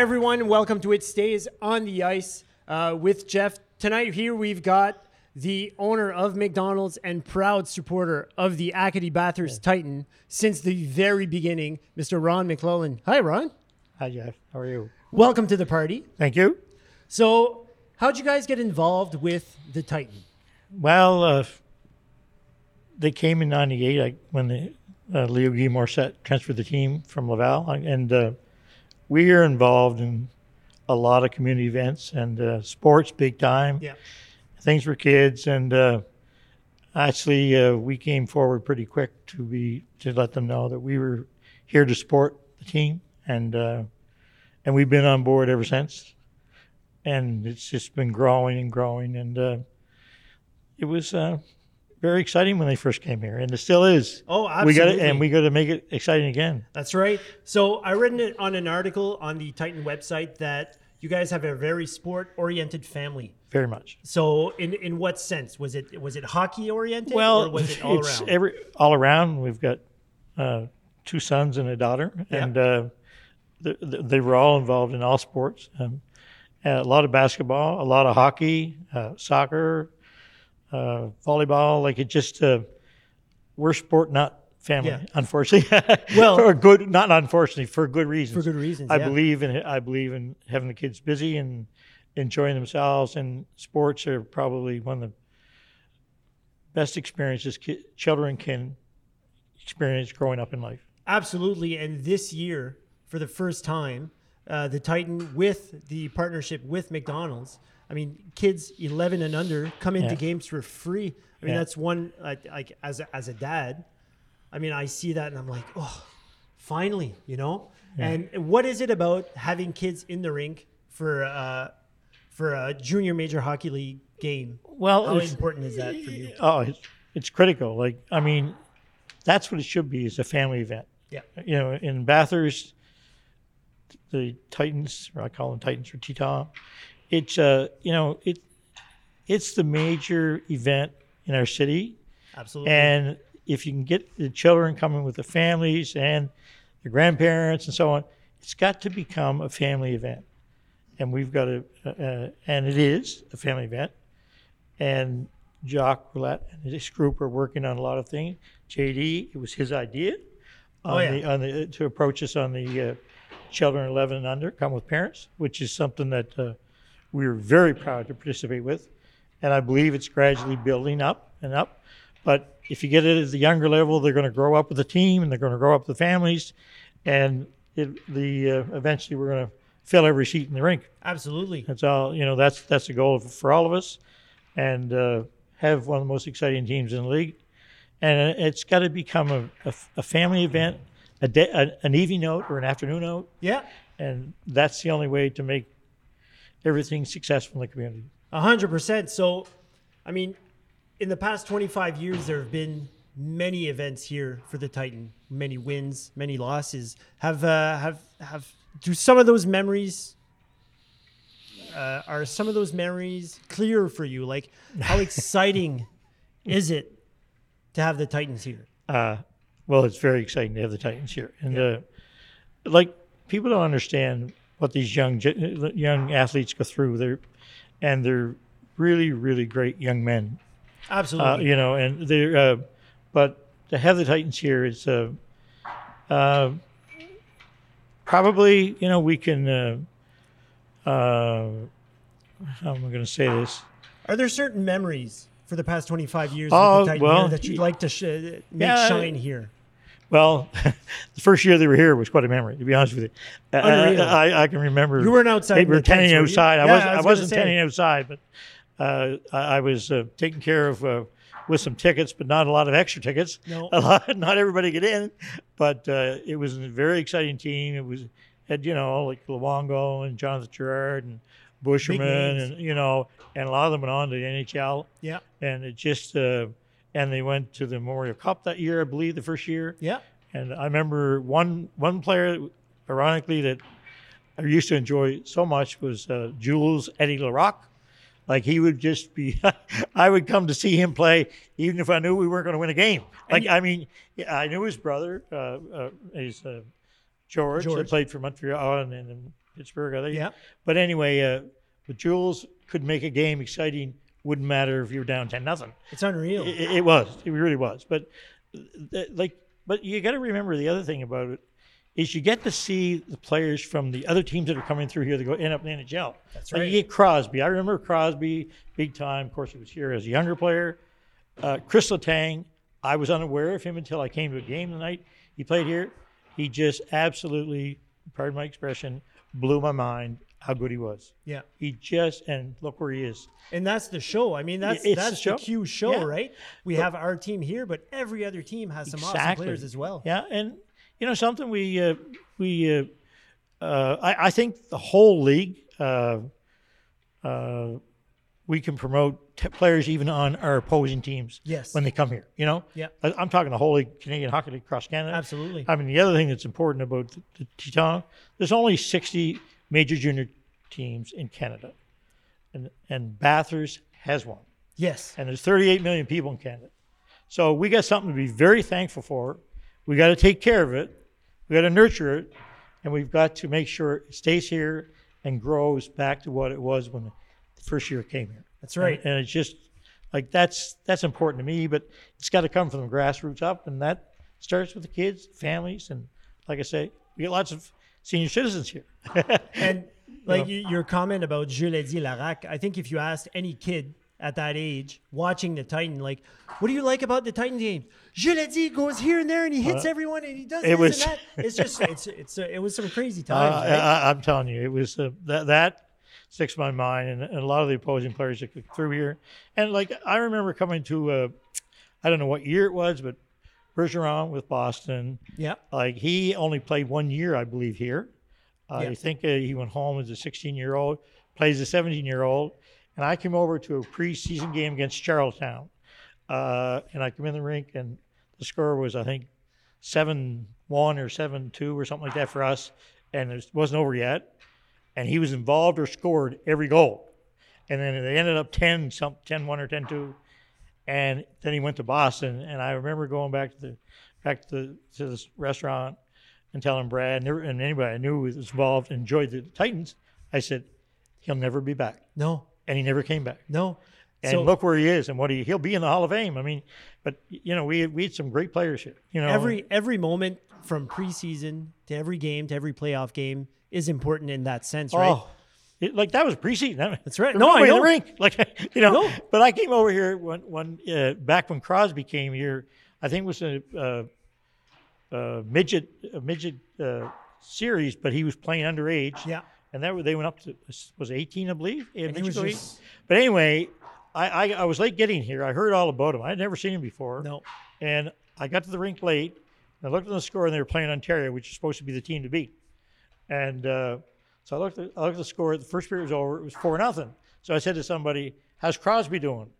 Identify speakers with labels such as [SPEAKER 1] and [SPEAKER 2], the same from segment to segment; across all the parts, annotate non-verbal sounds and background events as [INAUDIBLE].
[SPEAKER 1] everyone. Welcome to It Stays on the Ice uh, with Jeff. Tonight, here we've got the owner of McDonald's and proud supporter of the Acadie Bathurst Titan since the very beginning, Mr. Ron McClellan. Hi, Ron.
[SPEAKER 2] Hi, Jeff. How are you?
[SPEAKER 1] Welcome to the party.
[SPEAKER 2] Thank you.
[SPEAKER 1] So, how'd you guys get involved with the Titan?
[SPEAKER 2] Well, uh, they came in '98 I, when the, uh, Leo Guy Morissette transferred the team from Laval, and uh, we are involved in a lot of community events and uh, sports, big time things for kids, and uh, actually uh, we came forward pretty quick to be to let them know that we were here to support the team, and uh, and we've been on board ever since, and it's just been growing and growing, and uh, it was. Uh, very exciting when they first came here, and it still is.
[SPEAKER 1] Oh,
[SPEAKER 2] We got
[SPEAKER 1] absolutely.
[SPEAKER 2] and we got to make it exciting again.
[SPEAKER 1] That's right. So I read it on an article on the Titan website that you guys have a very sport-oriented family.
[SPEAKER 2] Very much.
[SPEAKER 1] So in in what sense was it was it hockey oriented? or
[SPEAKER 2] Well,
[SPEAKER 1] was
[SPEAKER 2] [LAUGHS]
[SPEAKER 1] it all
[SPEAKER 2] it's
[SPEAKER 1] around?
[SPEAKER 2] every all around. We've got uh, two sons and a daughter, and uh, th- th- they were all involved in all sports. Um, a lot of basketball, a lot of hockey, uh, soccer, uh, volleyball. Like it just uh, we're sport, not family.
[SPEAKER 1] Yeah.
[SPEAKER 2] Unfortunately, [LAUGHS]
[SPEAKER 1] Well-
[SPEAKER 2] for a good, not unfortunately, for good reasons.
[SPEAKER 1] for good reasons.
[SPEAKER 2] I
[SPEAKER 1] yeah.
[SPEAKER 2] believe in I believe in having the kids busy and enjoying themselves. And sports are probably one of the best experiences ki- children can experience growing up in life.
[SPEAKER 1] absolutely. And this year, for the first time, uh, the Titan with the partnership with McDonald's. I mean, kids 11 and under come into
[SPEAKER 2] Yeah.
[SPEAKER 1] games for free. I mean,
[SPEAKER 2] Yeah.
[SPEAKER 1] that's one like like as a, as a dad, I mean, I see that and I'm like, oh, finally, you know. And what is it about having kids in the rink for uh, for a junior major hockey league game?
[SPEAKER 2] Well,
[SPEAKER 1] How
[SPEAKER 2] it's-
[SPEAKER 1] important is that for
[SPEAKER 2] [LAUGHS]
[SPEAKER 1] you?
[SPEAKER 2] Oh, it's, it's critical. Like I mean, that's what it should be is a family event.
[SPEAKER 1] Yeah.
[SPEAKER 2] you know, in Bathurst, the Titans, or I call them Titans or Teton, it's uh, you know, it it's the major event in our city.
[SPEAKER 1] Absolutely.
[SPEAKER 2] And if you can get the children coming with the families and the grandparents and so on, it's got to become a family event. And we've got to, uh, uh, and it is a family event. And Jock Roulette and his group are working on a lot of things. JD, it was his idea on
[SPEAKER 1] Oh, yeah.
[SPEAKER 2] the, on the, to approach us on the uh, children 11 and under, come with parents, which is something that uh, we are very proud to participate with. And I believe it's gradually building up and up. But if you get it at the younger level, they're going to grow up with the team and they're going to grow up with the families. And it, the uh, eventually we're going to fill every seat in the rink.
[SPEAKER 1] Absolutely.
[SPEAKER 2] That's all, you know, that's, that's the goal for all of us and uh, have one of the most exciting teams in the league. And uh, it's got to become a, a, a family event, a day, an an evening out or an afternoon out.
[SPEAKER 1] Yeah.
[SPEAKER 2] And that's the only way to make everything successful in the community.
[SPEAKER 1] A hundred percent. So, I mean, in the past 25 years, there have been many events here for the Titan, many wins, many losses. Have uh, have have do some of those memories? Uh, are some of those memories clear for you? Like,
[SPEAKER 2] [LAUGHS]
[SPEAKER 1] how exciting is it to have the Titans here?
[SPEAKER 2] uh, well, it's very exciting to have the Titans here, and uh, like people don't understand what these young ge- young athletes go through. They're and they're really really great young men, uh,
[SPEAKER 1] Absolutely.
[SPEAKER 2] you know, and they're uh, but to have the Titans here is uh, uh, probably you know we can. Uh, uh, how am I going to say this?
[SPEAKER 1] Are there certain memories for the past 25 years
[SPEAKER 2] Oh,
[SPEAKER 1] with the Titan
[SPEAKER 2] well,
[SPEAKER 1] here that you'd like to sh- uh, make
[SPEAKER 2] yeah.
[SPEAKER 1] shine here?
[SPEAKER 2] Well, [LAUGHS] the first year they were here was quite a memory, to be honest with you. Uh,
[SPEAKER 1] Unreal.
[SPEAKER 2] I, I, I can remember.
[SPEAKER 1] You weren't outside
[SPEAKER 2] They
[SPEAKER 1] in
[SPEAKER 2] were
[SPEAKER 1] the tents,
[SPEAKER 2] tanning
[SPEAKER 1] were you?
[SPEAKER 2] outside. I,
[SPEAKER 1] Yeah,
[SPEAKER 2] wasn't,
[SPEAKER 1] I
[SPEAKER 2] I,
[SPEAKER 1] was gonna
[SPEAKER 2] wasn't
[SPEAKER 1] say.
[SPEAKER 2] tanning outside, but uh, I, I was uh, taken care of uh, with some tickets, but not a lot of extra tickets.
[SPEAKER 1] No.
[SPEAKER 2] A lot, [LAUGHS] not everybody get in, but uh, it was a very exciting team. It was had you know like Luongo and Jonathan Gerard and Busherman,
[SPEAKER 1] names.
[SPEAKER 2] and you know, and a lot of them went on to the NHL,
[SPEAKER 1] Yeah.
[SPEAKER 2] and it just uh, and they went to the Memorial Cup that year, I believe, the first year.
[SPEAKER 1] Yeah.
[SPEAKER 2] And I remember one one player, ironically, that I used to enjoy so much was uh, Jules Eddie Laroque. Like he would just be, [LAUGHS] I would come to see him play, even if I knew we weren't going to win a game. Like I mean, yeah, I knew his brother, uh, uh, his uh, George, that
[SPEAKER 1] George.
[SPEAKER 2] played for Montreal and, and Pittsburgh, are they?
[SPEAKER 1] Yeah.
[SPEAKER 2] But anyway, uh, the Jules could make a game exciting. Wouldn't matter if you were down ten nothing.
[SPEAKER 1] It's unreal.
[SPEAKER 2] It, it- it was. It really was. But th- like, but you got to remember the other thing about it is you get to see the players from the other teams that are coming through here that go end up in the NHL.
[SPEAKER 1] That's
[SPEAKER 2] Like,
[SPEAKER 1] right.
[SPEAKER 2] you get Crosby. I remember Crosby big time. Of course, he was here as a younger player. Uh, Chris Letang. I was unaware of him until I came to a game tonight. He played here. He just absolutely, pardon my expression, blew my mind how good he was.
[SPEAKER 1] yeah.
[SPEAKER 2] He just and look where he is.
[SPEAKER 1] And that's the show. I mean, that's
[SPEAKER 2] It's the
[SPEAKER 1] that's the,
[SPEAKER 2] show.
[SPEAKER 1] Q show,
[SPEAKER 2] Yeah.
[SPEAKER 1] right? We have our team here, but every other team has some awesome players as well.
[SPEAKER 2] Yeah, and you know something we uh, we uh, uh, I, I think the whole league uh, uh, we can promote t- players even on our opposing teams.
[SPEAKER 1] Yes.
[SPEAKER 2] when they come here, you know.
[SPEAKER 1] Yeah.
[SPEAKER 2] I, I'm talking the whole league, Canadian Hockey League across Canada.
[SPEAKER 1] Absolutely.
[SPEAKER 2] I mean, the other thing that's important about the, the Teton, there's only 60 major junior teams in Canada, and and Bathurst has one
[SPEAKER 1] yes.
[SPEAKER 2] and there's 38 million people in Canada. So we got something to be very thankful for. We got to take care of it. We got to nurture it, and we've got to make sure it stays here and grows back to what it was when the first year it came here.
[SPEAKER 1] That's right.
[SPEAKER 2] And, and it's just like that's that's important to me, but it's got to come from the grassroots up, and that starts with the kids, families, and like I say, we got lots of senior citizens here. [LAUGHS]
[SPEAKER 1] And like you your comment about Je l'ai dit Larac, I think if you asked any kid at that age watching the Titan, like, what do you like about the Titan game? Je l'ai dit goes here and there and he hits everyone and he does
[SPEAKER 2] Uh, it
[SPEAKER 1] this
[SPEAKER 2] was-
[SPEAKER 1] and
[SPEAKER 2] [LAUGHS]
[SPEAKER 1] that. It's just it's it's uh, it was some crazy times.
[SPEAKER 2] Uh,
[SPEAKER 1] right?
[SPEAKER 2] I, I- I'm telling you, it was uh, that that sticks in my mind, and, and a lot of the opposing players that came through here, and like I remember coming to, uh, I don't know what year it was, but Bergeron with Boston,
[SPEAKER 1] yeah.
[SPEAKER 2] like he only played one year, I believe, here. I
[SPEAKER 1] Yeah.
[SPEAKER 2] think uh, he went home as a 16 year old, plays a 17 year old, and I came over to a preseason game against Charlestown, uh, and I came in the rink, and the score was I think seven one or seven two or something like that for us, and it wasn't over yet, and he was involved or scored every goal, and then they ended up 10 some 10 one or 10 two and then he went to Boston. And I remember going back to the back to the, to this restaurant and telling Brad and, there- and anybody I knew who was involved and enjoyed the Titans. I said he'll never be back,
[SPEAKER 1] No.
[SPEAKER 2] and he never came back.
[SPEAKER 1] No.
[SPEAKER 2] And
[SPEAKER 1] so
[SPEAKER 2] look where he is, and what he he'll be in the Hall of Fame. I mean, but you know we we had some great players here. You know
[SPEAKER 1] every every moment from preseason to every game to every playoff game is important in that sense, right?
[SPEAKER 2] Oh, it- like that was preseason. That-
[SPEAKER 1] That's right.
[SPEAKER 2] there
[SPEAKER 1] No,
[SPEAKER 2] was nobody
[SPEAKER 1] I
[SPEAKER 2] in the rink. Like [LAUGHS] you know,
[SPEAKER 1] No.
[SPEAKER 2] but I came over here when when uh, back when Crosby came here. I think it was a, uh uh midget a midget uh, series, but he was playing underage.
[SPEAKER 1] Yeah.
[SPEAKER 2] and that was- they went up to was it eighteen, I believe.
[SPEAKER 1] he
[SPEAKER 2] Yeah,
[SPEAKER 1] was
[SPEAKER 2] midget league.
[SPEAKER 1] just-
[SPEAKER 2] But anyway, I, I I was late getting here. I heard all about him. I had never seen him before.
[SPEAKER 1] No.
[SPEAKER 2] And I got to the rink late. And I looked at the score, and they were playing Ontario, which is supposed to be the team to beat. And uh, so I looked, at, I looked at the score. The first period was over. It was four nothing. So I said to somebody, "How's Crosby doing?"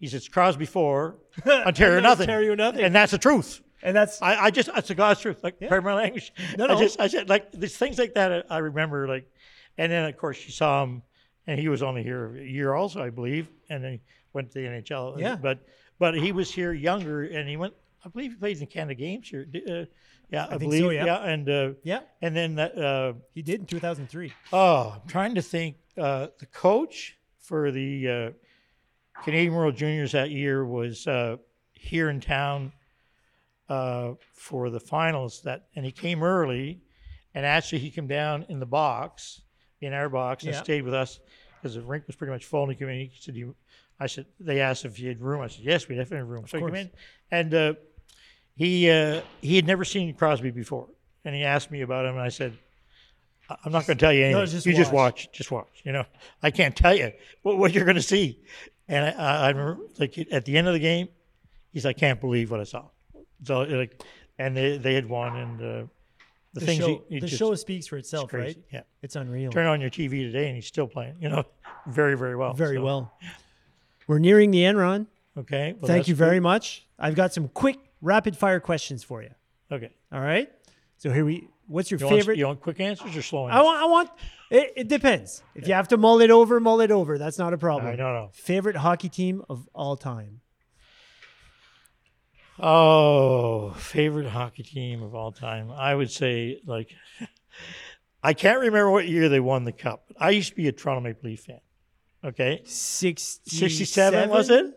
[SPEAKER 2] He says, "Crosby four, Ontario
[SPEAKER 1] And
[SPEAKER 2] nothing."
[SPEAKER 1] Ontario nothing.
[SPEAKER 2] And that's the truth.
[SPEAKER 1] And that's
[SPEAKER 2] I, I just that's the God's truth. Like pardon my language.
[SPEAKER 1] No,
[SPEAKER 2] I
[SPEAKER 1] no.
[SPEAKER 2] just I said like there's things like that I, I remember like, and then of course you saw him, and he was only here a year also I believe, and then he went to the NHL.
[SPEAKER 1] Yeah.
[SPEAKER 2] But but he was here younger, and he went. I believe he played in Canada Games here. Di- Uh, yeah, I,
[SPEAKER 1] think so,
[SPEAKER 2] believe.
[SPEAKER 1] yeah.
[SPEAKER 2] and uh,
[SPEAKER 1] yeah,
[SPEAKER 2] and then that. Uh,
[SPEAKER 1] he did in 2003.
[SPEAKER 2] Oh, I'm trying to think. Uh, the coach for the uh, Canadian World Juniors that year was uh, here in town uh, for the finals. That and he came early, and actually he came down in the box, in our box, and
[SPEAKER 1] Yeah.
[SPEAKER 2] stayed with us because the rink was pretty much full. And he came in. He said, "You." I said, "They asked if you had room." I said, "Yes, we definitely have room." So he came
[SPEAKER 1] course.
[SPEAKER 2] in, and uh, he uh, he had never seen Crosby before, and he asked me about him, and I said. "I- I'm not going to tell you anything.
[SPEAKER 1] just
[SPEAKER 2] you just
[SPEAKER 1] watch.
[SPEAKER 2] watch, just watch. You know, I can't tell you what, what you're going to see. And I, I, I remember, like at the end of the game, he's, I can't believe what I saw. So like, and they they had won, and uh, the,
[SPEAKER 1] The
[SPEAKER 2] things
[SPEAKER 1] show,
[SPEAKER 2] he, he
[SPEAKER 1] the
[SPEAKER 2] just-
[SPEAKER 1] show speaks for itself,
[SPEAKER 2] crazy.
[SPEAKER 1] right?
[SPEAKER 2] Yeah.
[SPEAKER 1] It's unreal.
[SPEAKER 2] Turn on your TV today, and he's still playing. You know, [LAUGHS] very very well.
[SPEAKER 1] Very
[SPEAKER 2] So,
[SPEAKER 1] well. We're nearing the end, Ron.
[SPEAKER 2] Okay. well,
[SPEAKER 1] Thank
[SPEAKER 2] that's
[SPEAKER 1] you very much. I've got some quick, rapid fire questions for you.
[SPEAKER 2] good. Okay.
[SPEAKER 1] All right. So here we. What's your
[SPEAKER 2] You want,
[SPEAKER 1] favorite?
[SPEAKER 2] you want quick answers or slow
[SPEAKER 1] I
[SPEAKER 2] answers?
[SPEAKER 1] want. I want. It, it depends. If you have to mull it over, mull it over. That's not a problem.
[SPEAKER 2] I don't know.
[SPEAKER 1] Favorite hockey team of all time?
[SPEAKER 2] Oh, favorite hockey team of all time. I would say like [LAUGHS] I can't remember what year they won the cup. But I used to be a Toronto Maple Leaf fan. Okay,
[SPEAKER 1] 67
[SPEAKER 2] 67 was it?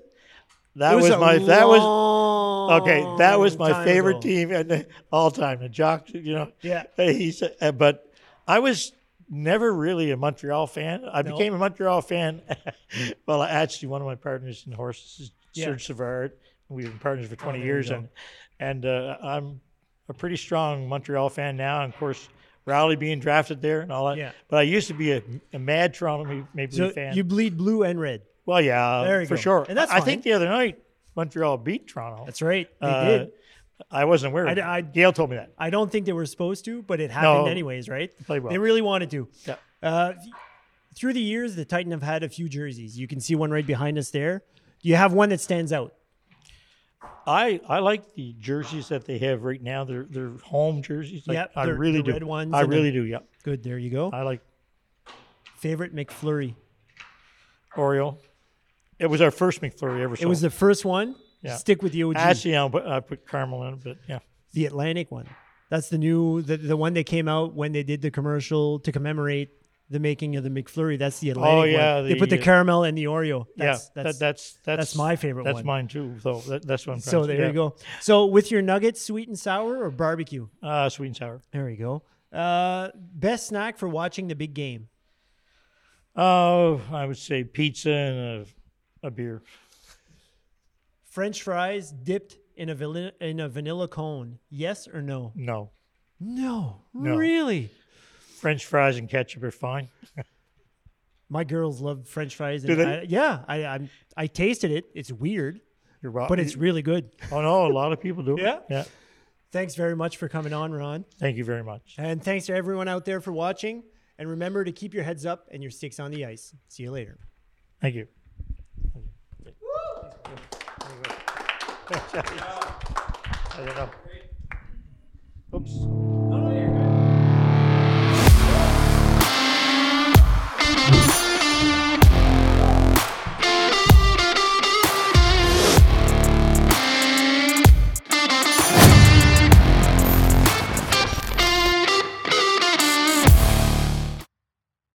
[SPEAKER 2] That
[SPEAKER 1] It
[SPEAKER 2] was,
[SPEAKER 1] a
[SPEAKER 2] my that was
[SPEAKER 1] long
[SPEAKER 2] okay. That was my
[SPEAKER 1] time
[SPEAKER 2] favorite
[SPEAKER 1] ago.
[SPEAKER 2] team and all time. And Jock, you know,
[SPEAKER 1] Yeah.
[SPEAKER 2] he's uh, but I was never really a Montreal fan. I
[SPEAKER 1] No.
[SPEAKER 2] became a Montreal fan. [LAUGHS] well, I actually one of my partners in horses,
[SPEAKER 1] Yeah. Oh,
[SPEAKER 2] Serge Savard. We've been partners for 20
[SPEAKER 1] there you
[SPEAKER 2] years,
[SPEAKER 1] go.
[SPEAKER 2] and and uh, I'm a pretty strong Montreal fan now. And of course, Rowley being drafted there and all that.
[SPEAKER 1] Yeah.
[SPEAKER 2] But I used to be a, a mad Toronto Ma- Maple
[SPEAKER 1] So
[SPEAKER 2] Leaf fan.
[SPEAKER 1] you bleed blue and red.
[SPEAKER 2] well, yeah,
[SPEAKER 1] There you
[SPEAKER 2] for
[SPEAKER 1] go.
[SPEAKER 2] sure.
[SPEAKER 1] And that's
[SPEAKER 2] I I
[SPEAKER 1] fine.
[SPEAKER 2] think the other night Montreal beat Toronto.
[SPEAKER 1] That's right. They
[SPEAKER 2] Uh,
[SPEAKER 1] did.
[SPEAKER 2] I wasn't aware. of
[SPEAKER 1] I-
[SPEAKER 2] it.
[SPEAKER 1] I-
[SPEAKER 2] Gail told me that.
[SPEAKER 1] I don't think they were supposed to, but it happened
[SPEAKER 2] No.
[SPEAKER 1] anyways, right?
[SPEAKER 2] Play well.
[SPEAKER 1] They really wanted to.
[SPEAKER 2] Yeah.
[SPEAKER 1] Uh, through the years, the Titan have had a few jerseys. You can see one right behind us there. Do you have one that stands out?
[SPEAKER 2] I I like the jerseys that they have right now. They're they're home jerseys. Like,
[SPEAKER 1] Yep,
[SPEAKER 2] I
[SPEAKER 1] they're-
[SPEAKER 2] really
[SPEAKER 1] the
[SPEAKER 2] do.
[SPEAKER 1] red ones
[SPEAKER 2] I
[SPEAKER 1] and the-
[SPEAKER 2] really do. Yeah,
[SPEAKER 1] Good. There you go.
[SPEAKER 2] I like
[SPEAKER 1] Favorite McFlurry.
[SPEAKER 2] Oreo. It was our first McFlurry ever.
[SPEAKER 1] It was the first one.
[SPEAKER 2] Yeah.
[SPEAKER 1] Stick with the OG,
[SPEAKER 2] actually I put, I put caramel in it, but yeah,
[SPEAKER 1] the Atlantic one. That's the new, the, the one that came out when they did the commercial to commemorate the making of the McFlurry. That's the Atlantic
[SPEAKER 2] Oh, yeah,
[SPEAKER 1] one. they put the
[SPEAKER 2] the, uh,
[SPEAKER 1] caramel and the Oreo. That's,
[SPEAKER 2] yeah.
[SPEAKER 1] That's,
[SPEAKER 2] that, that's that's
[SPEAKER 1] that's my favorite
[SPEAKER 2] That's
[SPEAKER 1] one.
[SPEAKER 2] mine too. So that, that's what I'm.
[SPEAKER 1] so
[SPEAKER 2] trying to-
[SPEAKER 1] there
[SPEAKER 2] yeah.
[SPEAKER 1] you go. So with your nuggets, sweet and sour or barbecue?
[SPEAKER 2] Uh, sweet and sour.
[SPEAKER 1] There you go. Uh, best snack for watching the big game.
[SPEAKER 2] Oh, I would say pizza and a, a beer.
[SPEAKER 1] French fries dipped in a vanilla, in a vanilla cone. Yes or no?
[SPEAKER 2] No,
[SPEAKER 1] No,
[SPEAKER 2] No.
[SPEAKER 1] really.
[SPEAKER 2] French fries and ketchup are fine.
[SPEAKER 1] My girls love French fries. And
[SPEAKER 2] Do
[SPEAKER 1] I, yeah, I I'm, I tasted it. It's weird,
[SPEAKER 2] You're right.
[SPEAKER 1] but it's really good.
[SPEAKER 2] oh no, a lot of people do. it.
[SPEAKER 1] Yeah.
[SPEAKER 2] yeah.
[SPEAKER 1] Thanks very much for coming on, Ron,
[SPEAKER 2] Thank you very much.
[SPEAKER 1] and thanks to everyone out there for watching. And remember to keep your heads up and your sticks on the ice. See you later.
[SPEAKER 2] Thank you. [LAUGHS] I don't know. Oops.